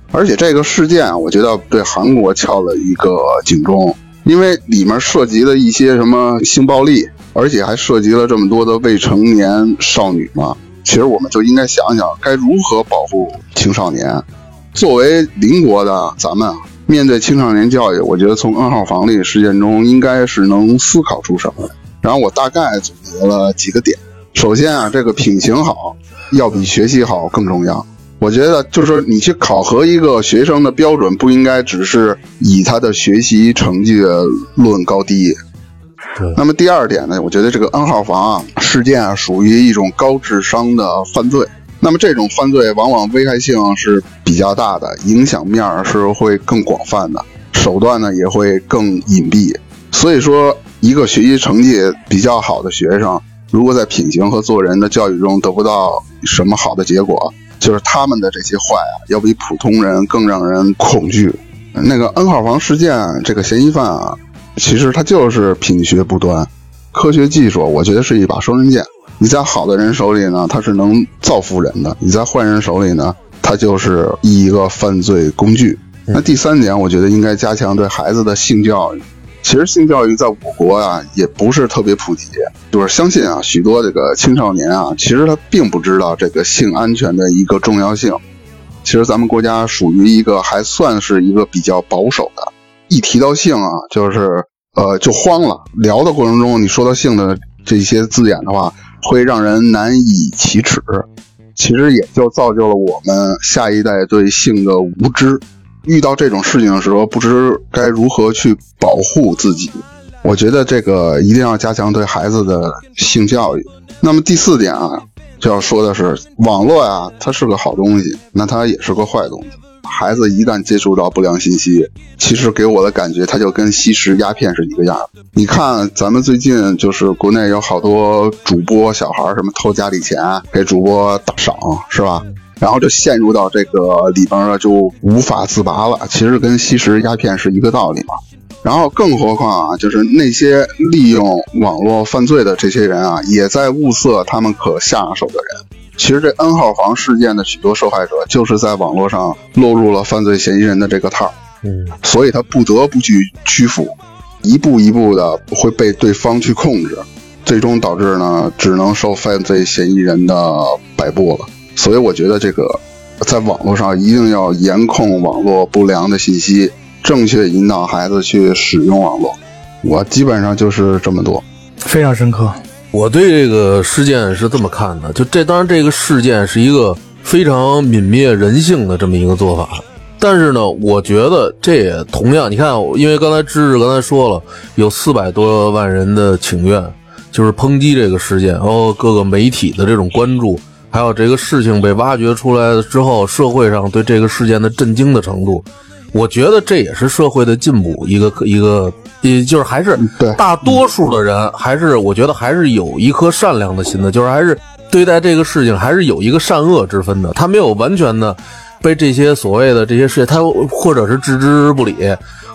C: 而且这个事件啊，我觉得对韩国敲了一个警钟，因为里面涉及了一些什么性暴力，而且还涉及了这么多的未成年少女嘛。其实我们就应该想想该如何保护青少年。作为邻国的咱们，啊，面对青少年教育，我觉得从 N 号房这个事件中，应该是能思考出什么。然后我大概总结了几个点。首先啊，这个品行好，要比学习好更重要。我觉得就是你去考核一个学生的标准，不应该只是以他的学习成绩论高低。
B: 对
C: 那么第二点呢，我觉得这个 N 号房啊事件啊属于一种高智商的犯罪。那么这种犯罪往往危害性是比较大的，影响面儿是会更广泛的，手段呢也会更隐蔽。所以说，一个学习成绩比较好的学生，如果在品行和做人的教育中得不到什么好的结果，就是他们的这些坏啊，要比普通人更让人恐惧。那个 N 号房事件这个嫌疑犯啊，其实他就是品学不端。科学技术，我觉得是一把双刃剑。你在好的人手里呢，它是能造福人的；你在坏人手里呢，它就是一个犯罪工具。那第三点，我觉得应该加强对孩子的性教育。其实性教育在我国啊，也不是特别普及。就是相信啊，许多这个青少年啊，其实他并不知道这个性安全的一个重要性。其实咱们国家属于一个还算是一个比较保守的，一提到性啊，就是呃就慌了。聊的过程中，你说到性的这些字眼的话，会让人难以启齿。其实也就造就了我们下一代对性的无知。遇到这种事情的时候，不知该如何去保护自己。我觉得这个一定要加强对孩子的性教育。那么第四点啊，就要说的是网络啊，它是个好东西，那它也是个坏东西。孩子一旦接触到不良信息，其实给我的感觉，它就跟吸食鸦片是一个样儿。你看，咱们最近就是国内有好多主播小孩儿什么偷家里钱给主播打赏，是吧？然后就陷入到这个里边儿了，就无法自拔了。其实跟吸食鸦片是一个道理嘛。然后，更何况啊，就是那些利用网络犯罪的这些人啊，也在物色他们可下手的人。其实这 N 号房事件的许多受害者，就是在网络上落入了犯罪嫌疑人的这个套儿，
B: 嗯，
C: 所以他不得不去屈服，一步一步的会被对方去控制，最终导致呢，只能受犯罪嫌疑人的摆布了。所以我觉得这个在网络上一定要严控网络不良的信息，正确引导孩子去使用网络。我基本上就是这么多。
A: 非常深刻。
B: 我对这个事件是这么看的，就这当然这个事件是一个非常泯灭人性的这么一个做法，但是呢，我觉得这也同样，你看，因为刚才知识刚才说了，有四百多万人的请愿，就是抨击这个事件，然后各个媒体的这种关注，还有这个事情被挖掘出来之后，社会上对这个事件的震惊的程度，我觉得这也是社会的进步，一个一个，也就是还是
C: 对
B: 大多数的人还是我觉得还是有一颗善良的心的，就是还是对待这个事情还是有一个善恶之分的，他没有完全的被这些所谓的这些事，他或者是置之不理，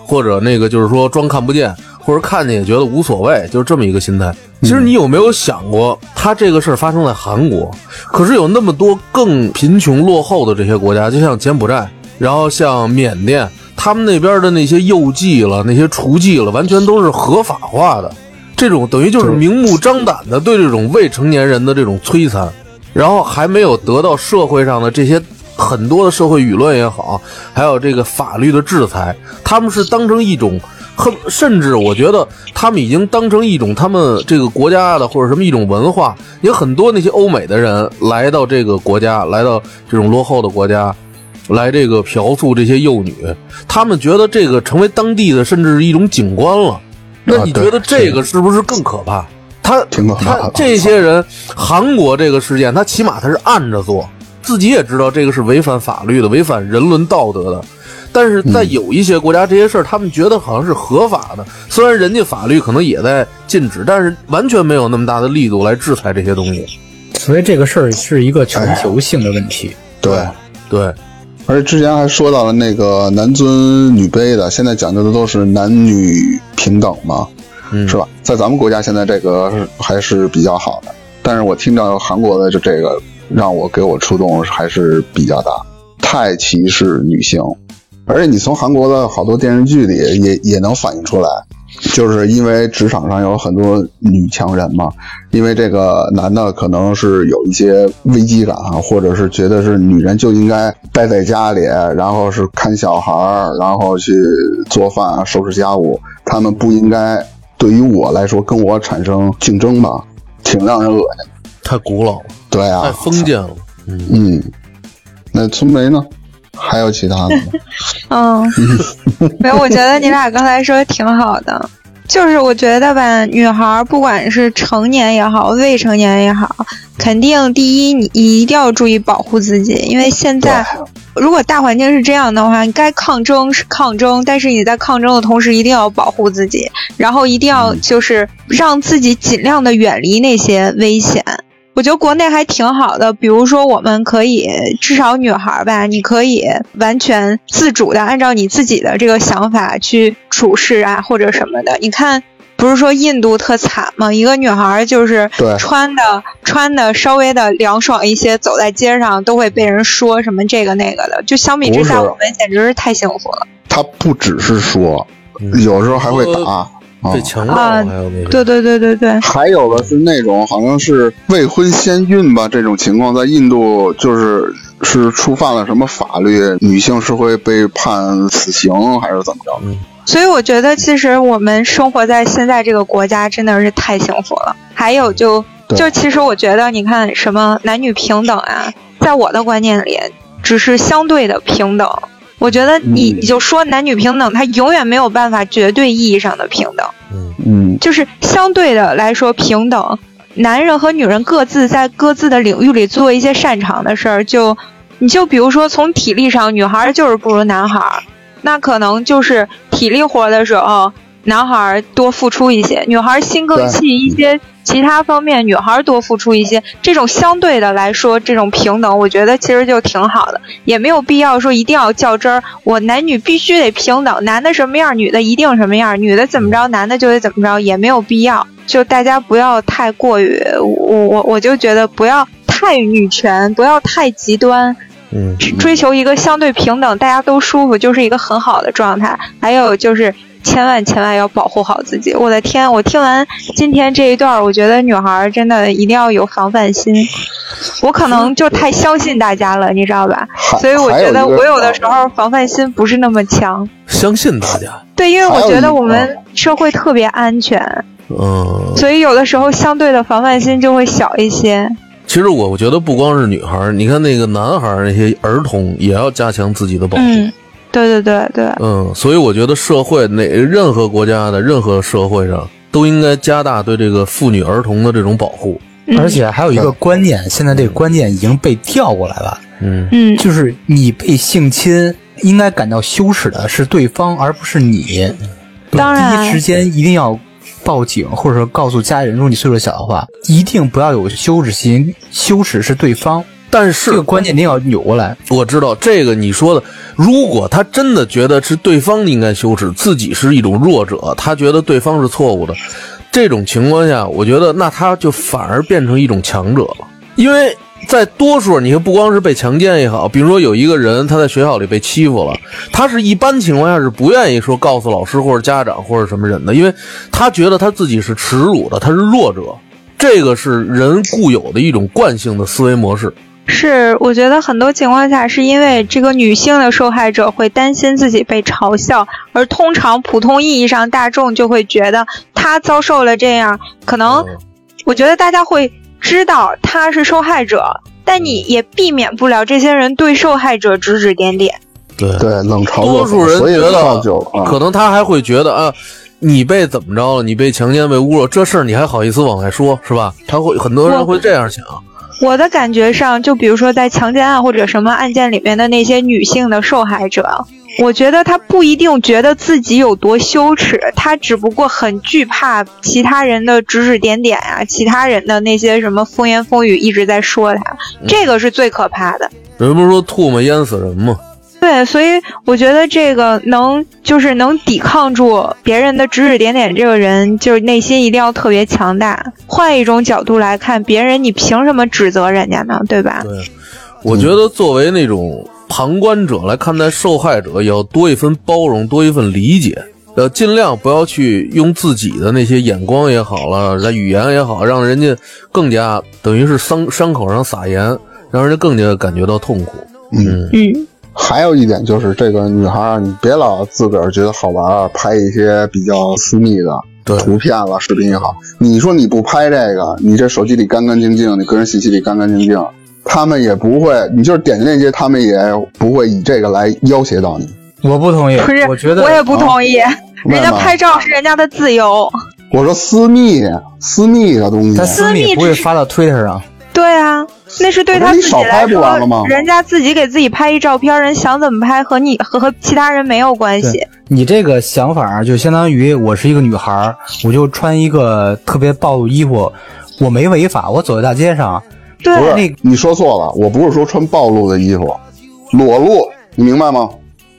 B: 或者那个就是说装看不见，或者看见也觉得无所谓，就是这么一个心态。其实你有没有想过，他这个事儿发生在韩国，可是有那么多更贫穷落后的这些国家，就像柬埔寨，然后像缅甸，他们那边的那些诱妓了、那些雏妓了，完全都是合法化的。这种等于就是明目张胆的对这种未成年人的这种摧残，然后还没有得到社会上的这些很多的社会舆论也好，还有这个法律的制裁，他们是当成一种恨，甚至我觉得他们已经当成一种他们这个国家的或者什么一种文化。也很多那些欧美的人来到这个国家，来到这种落后的国家，来这个嫖宿这些幼女，他们觉得这个成为当地的甚至是一种景观了。那你觉得这个是不是更可怕？他
C: 挺可怕的
B: 他这些人，韩国这个事件，他起码他是按着做，自己也知道这个是违反法律的、违反人伦道德的。但是在有一些国家，这些事儿他们觉得好像是合法
C: 嗯
B: 的，虽然人家法律可能也在禁止，但是完全没有那么大的力度来制裁这些东西。
E: 所以这个事儿是一个全球性的问题。
C: 对。
B: 对，
C: 而且之前还说到了那个男尊女卑的，现在讲究的都是男女平等嘛，
B: 嗯
C: 是吧？在咱们国家现在这个是还是比较好的，但是我听到韩国的这这个让我给我触动还是比较大，太歧视女性，而且你从韩国的好多电视剧里也也能反映出来，就是因为职场上有很多女强人嘛，因为这个男的可能是有一些危机感啊，或者是觉得是女人就应该待在家里，然后是看小孩儿，然后去做饭啊、收拾家务，他们不应该对于我来说跟我产生竞争吧，挺让人恶心。
B: 太古老了，
C: 对
B: 太
C: 啊，
B: 封建了。
C: 嗯，那春梅呢？还有其他的吗？
D: 嗯，没有，我觉得你俩刚才说的挺好的，就是我觉得吧，女孩儿不管是成年也好，未成年也好，肯定第一你你一定要注意保护自己，因为现在如果大环境是这样的话，你该抗争是抗争，但是你在抗争的同时一定要保护自己，然后一定
C: 嗯
D: 要就是让自己尽量的远离那些危险。我觉得国内还挺好的，比如说我们可以，至少女孩儿吧，你可以完全自主的按照你自己的这个想法去处事啊，或者什么的。你看，不是说印度特惨吗？一个女孩儿就是
C: 对
D: 穿的穿的稍微的凉爽一些，走在街上都会被人说什么这个那个的，就相比之下，
C: 不是
D: 我们简直是太幸福了。
C: 他不只是说，有时候还会打啊。
B: 被嗯强暴
D: 啊
B: 还有那个，
D: 对对对对对，
C: 还有的是那种好像是未婚先孕吧，这种情况在印度就是是触犯了什么法律，女性是会被判死刑还是怎么着？
D: 所以我觉得，其实我们生活在现在这个国家真的是太幸福了。还有就
C: 对
D: 就其实我觉得，你看什么男女平等啊，在我的观念里，只是相对的平等。我觉得你
C: 嗯
D: 你就说男女平等，它永远没有办法绝对意义上的平等，
B: 嗯，
C: 嗯，
D: 就是相对的来说平等。男人和女人各自在各自的领域里做一些擅长的事儿，就你就比如说从体力上，女孩儿就是不如男孩儿，那可能就是体力活的时候，男孩儿多付出一些，女孩儿心更细一些，其他方面女孩儿多付出一些，这种相对的来说，这种平等，我觉得其实就挺好的，也没有必要说一定要较真儿，我男女必须得平等，男的什么样，女的一定什么样，女的怎么着，男的就得怎么着，也没有必要。就大家不要太过于，我我我就觉得不要太女权，不要太极端，
B: 嗯，
D: 追求一个相对平等，大家都舒服，就是一个很好的状态。还有就是，千万千万要保护好自己。我的天，我听完今天这一段儿，我觉得女孩儿真的一定要有防范心。我可能就太相信大家了，你知道吧？
C: 还
D: 所以我
C: 啊还
D: 觉得
C: 一个啊
D: 我有的时候防范心不是那么强。
B: 相信大家，
D: 对，因为我
C: 还有
D: 觉
C: 一
D: 得
C: 个啊
D: 我们社会特别安全，
B: 嗯。
D: 所以有的时候相对的防范心就会小一些。
B: 其实我觉得不光是女孩儿，你看那个男孩儿那些儿童也要加强自己的保护。
D: 嗯，对对对对。
B: 嗯，所以我觉得社会哪任何国家的任何社会上都应该加大对这个妇女儿童的这种保护。
D: 嗯
E: 而且还有一个观念，现在这个观念已经被调过来了，
B: 嗯
D: 嗯，
E: 就是你被性侵，应该感到羞耻的是对方，而不是你。
D: 当
E: 第一时
D: 然，
E: 间一定要报警，或者说告诉家里人，如果你岁数小的话，一定不要有羞耻心，羞耻是对方。
B: 但是
E: 这个观念你要扭过来。
B: 我知道这个你说的，如果他真的觉得是对方应该羞耻，自己是一种弱者，他觉得对方是错误的，这种情况下，我觉得那他就反而变成一种强者了，因为。在多数，你看，不光是被强奸也好，比如说有一个人他在学校里被欺负了，他是一般情况下是不愿意说告诉老师或者家长或者什么人的，因为他觉得他自己是耻辱的，他是弱者，这个是人固有的一种惯性的思维模式。
D: 是，我觉得很多情况下是因为这个女性的受害者会担心自己被嘲笑，而通常普通意义上大众就会觉得她遭受了这样，可
C: 哦
D: 能
B: 嗯
D: 我觉得大家会知道她是受害者，但你也避免不了这些人对受害者指指点点。
B: 对
C: 对，冷嘲热
B: 多
C: 讽，
B: 数人
C: 所以
B: 觉
C: 造就
B: 得，可
C: 啊，
B: 能他还会觉得啊，你被怎么着了？你被强奸、被侮辱，这事儿你还好意思往外说，是吧？他会很多人会这样想，
D: 我的感觉上，就比如说在强奸案啊或者什么案件里面的那些女性的受害者，我觉得她不一定觉得自己有多羞耻，她只不过很惧怕其他人的指指点点啊，其他人的那些什么风言风语一直在说她，这个是最可怕的。
B: 人不是说唾沫淹死人吗？
D: 对，所以我觉得这个能就是能抵抗住别人的指指点点，这个人就是内心一定要特别强大。换一种角度来看，别人你凭什么指责人家呢？对吧？
B: 对，我觉得作为那种旁观者来看待受害者，也要多一份包容，多一份理解。呃，尽量不要去用自己的那些眼光也好了，那语言也好，让人家更加等于是伤伤口上撒盐，让人家更加感觉到痛苦。
C: 嗯
D: 嗯。
C: 还有一点就是，这个女孩儿你别老自个儿觉得好玩儿，拍一些比较私密的
B: 对
C: 图片了、视频也好。你说你不拍这个，你这手机里干干净净，你个人信息里干干净净，他们也不会，你就是点击链接，他们也不会以这个来要挟到你。
E: 我不同意，
D: 不是，
E: 我觉得啊
D: 也不同意。人
C: 为
D: 家
C: 嘛
D: 拍照是人家的自由，
C: 我说私密，私密的东西
E: 他，私
D: 私密
E: 密不会
D: 只是
E: 发到 Twitter 上。
D: 对啊，那是对
C: 我说
D: 他
C: 你
D: 自己
C: 少
D: 来
C: 拍不完了吗
D: 说，人家自己给自己拍一照片，人想怎么拍和你和和其他人没有关系。
E: 你这个想法儿就相当于我是一个女孩儿，我就穿一个特别暴露衣服，我没违法，我走在大街上，
D: 对啊
C: 不
E: 那
C: 是
E: 个
C: 你说错了，我不是说穿暴露的衣服，裸露，你明白吗？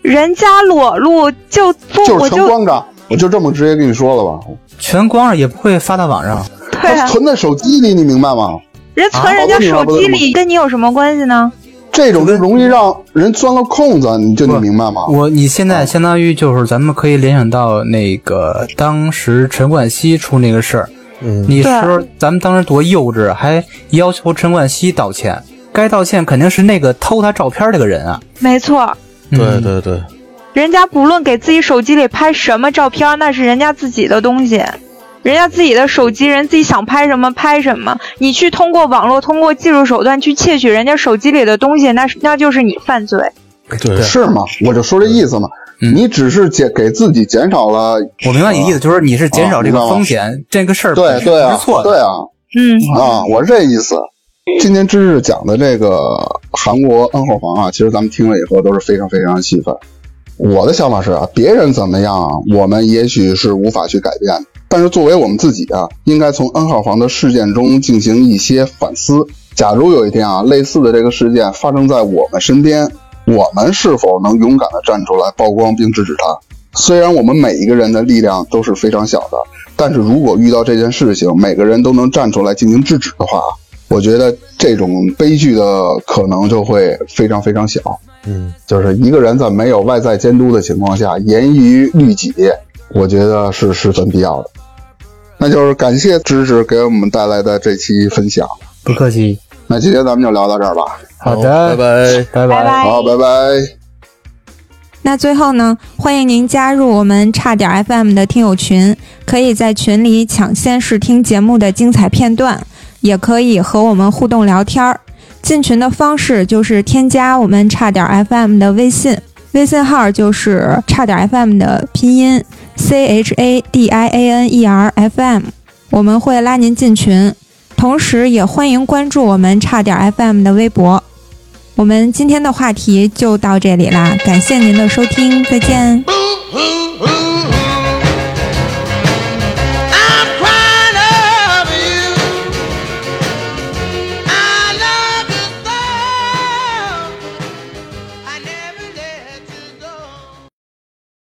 D: 人家裸露就不，
C: 就是
D: 我
C: 全
D: 就
C: 光着，我就这么直接跟你说了吧。
E: 全光着也不会发到网上。
D: 对
C: 它
D: 啊，
C: 存在手机里，你明白吗？
D: 人存
C: 啊
D: 人家手机里，跟你有什么关系呢？
C: 这种容易让人钻了空子，你就你明白吗？
E: 我你现在相当于就是咱们可以联想到那个当时陈冠希出那个事儿，
B: 嗯，
E: 你
D: 对
E: 说咱们当时多幼稚，还要求陈冠希道歉，该道歉肯定是那个偷他照片儿这个人啊。
D: 没错，
B: 对
E: 嗯
B: 对对，
D: 人家不论给自己手机里拍什么照片，那是人家自己的东西，人家自己的手机，人自己想拍什么拍什么。你去通过网络，通过技术手段去窃取人家手机里的东西，那是那就是你犯罪。
B: 对
C: 是吗？我就说这意思嘛。
E: 嗯
C: 你只是减给自己减少了，
E: 我明白你意思，就是你是减少这个
C: 啊明白了
E: 风险，这个事儿
C: 对
E: 本身
C: 对
E: 不
C: 啊
E: 是错，的。
C: 对啊
D: 嗯，
C: 啊，我是这意思。今天知识讲的这个韩国 N 号房啊，其实咱们听了以后都是非常非常气愤。我的想法是啊，别人怎么样啊，我们也许是无法去改变的，但是作为我们自己啊，应该从 N 号房的事件中进行一些反思。假如有一天啊，类似的这个事件发生在我们身边，我们是否能勇敢的站出来曝光并制止它？虽然我们每一个人的力量都是非常小的，但是如果遇到这件事情，每个人都能站出来进行制止的话，我觉得这种悲剧的可能就会非常非常小。
B: 嗯，
C: 就是一个人在没有外在监督的情况下，严于律己，我觉得是十分必要的。那就是感谢芝芝给我们带来的这期分享。
E: 不客气。
C: 那今天咱们就聊到这儿吧，
E: 好的，
B: 拜拜。
E: 拜拜
D: 拜拜
C: 好，拜拜。
F: 那最后呢，欢迎您加入我们差点 FM 的听友群，可以在群里抢先试听节目的精彩片段，也可以和我们互动聊天儿。进群的方式就是添加我们差点 FM 的微信，微信号就是差点 FM 的拼音 C H A D I A N E R F M，我们会拉您进群。同时，也欢迎关注我们差点 FM 的微博。我们今天的话题就到这里啦，感谢您的收听，再见。
G: Boo hoo hoo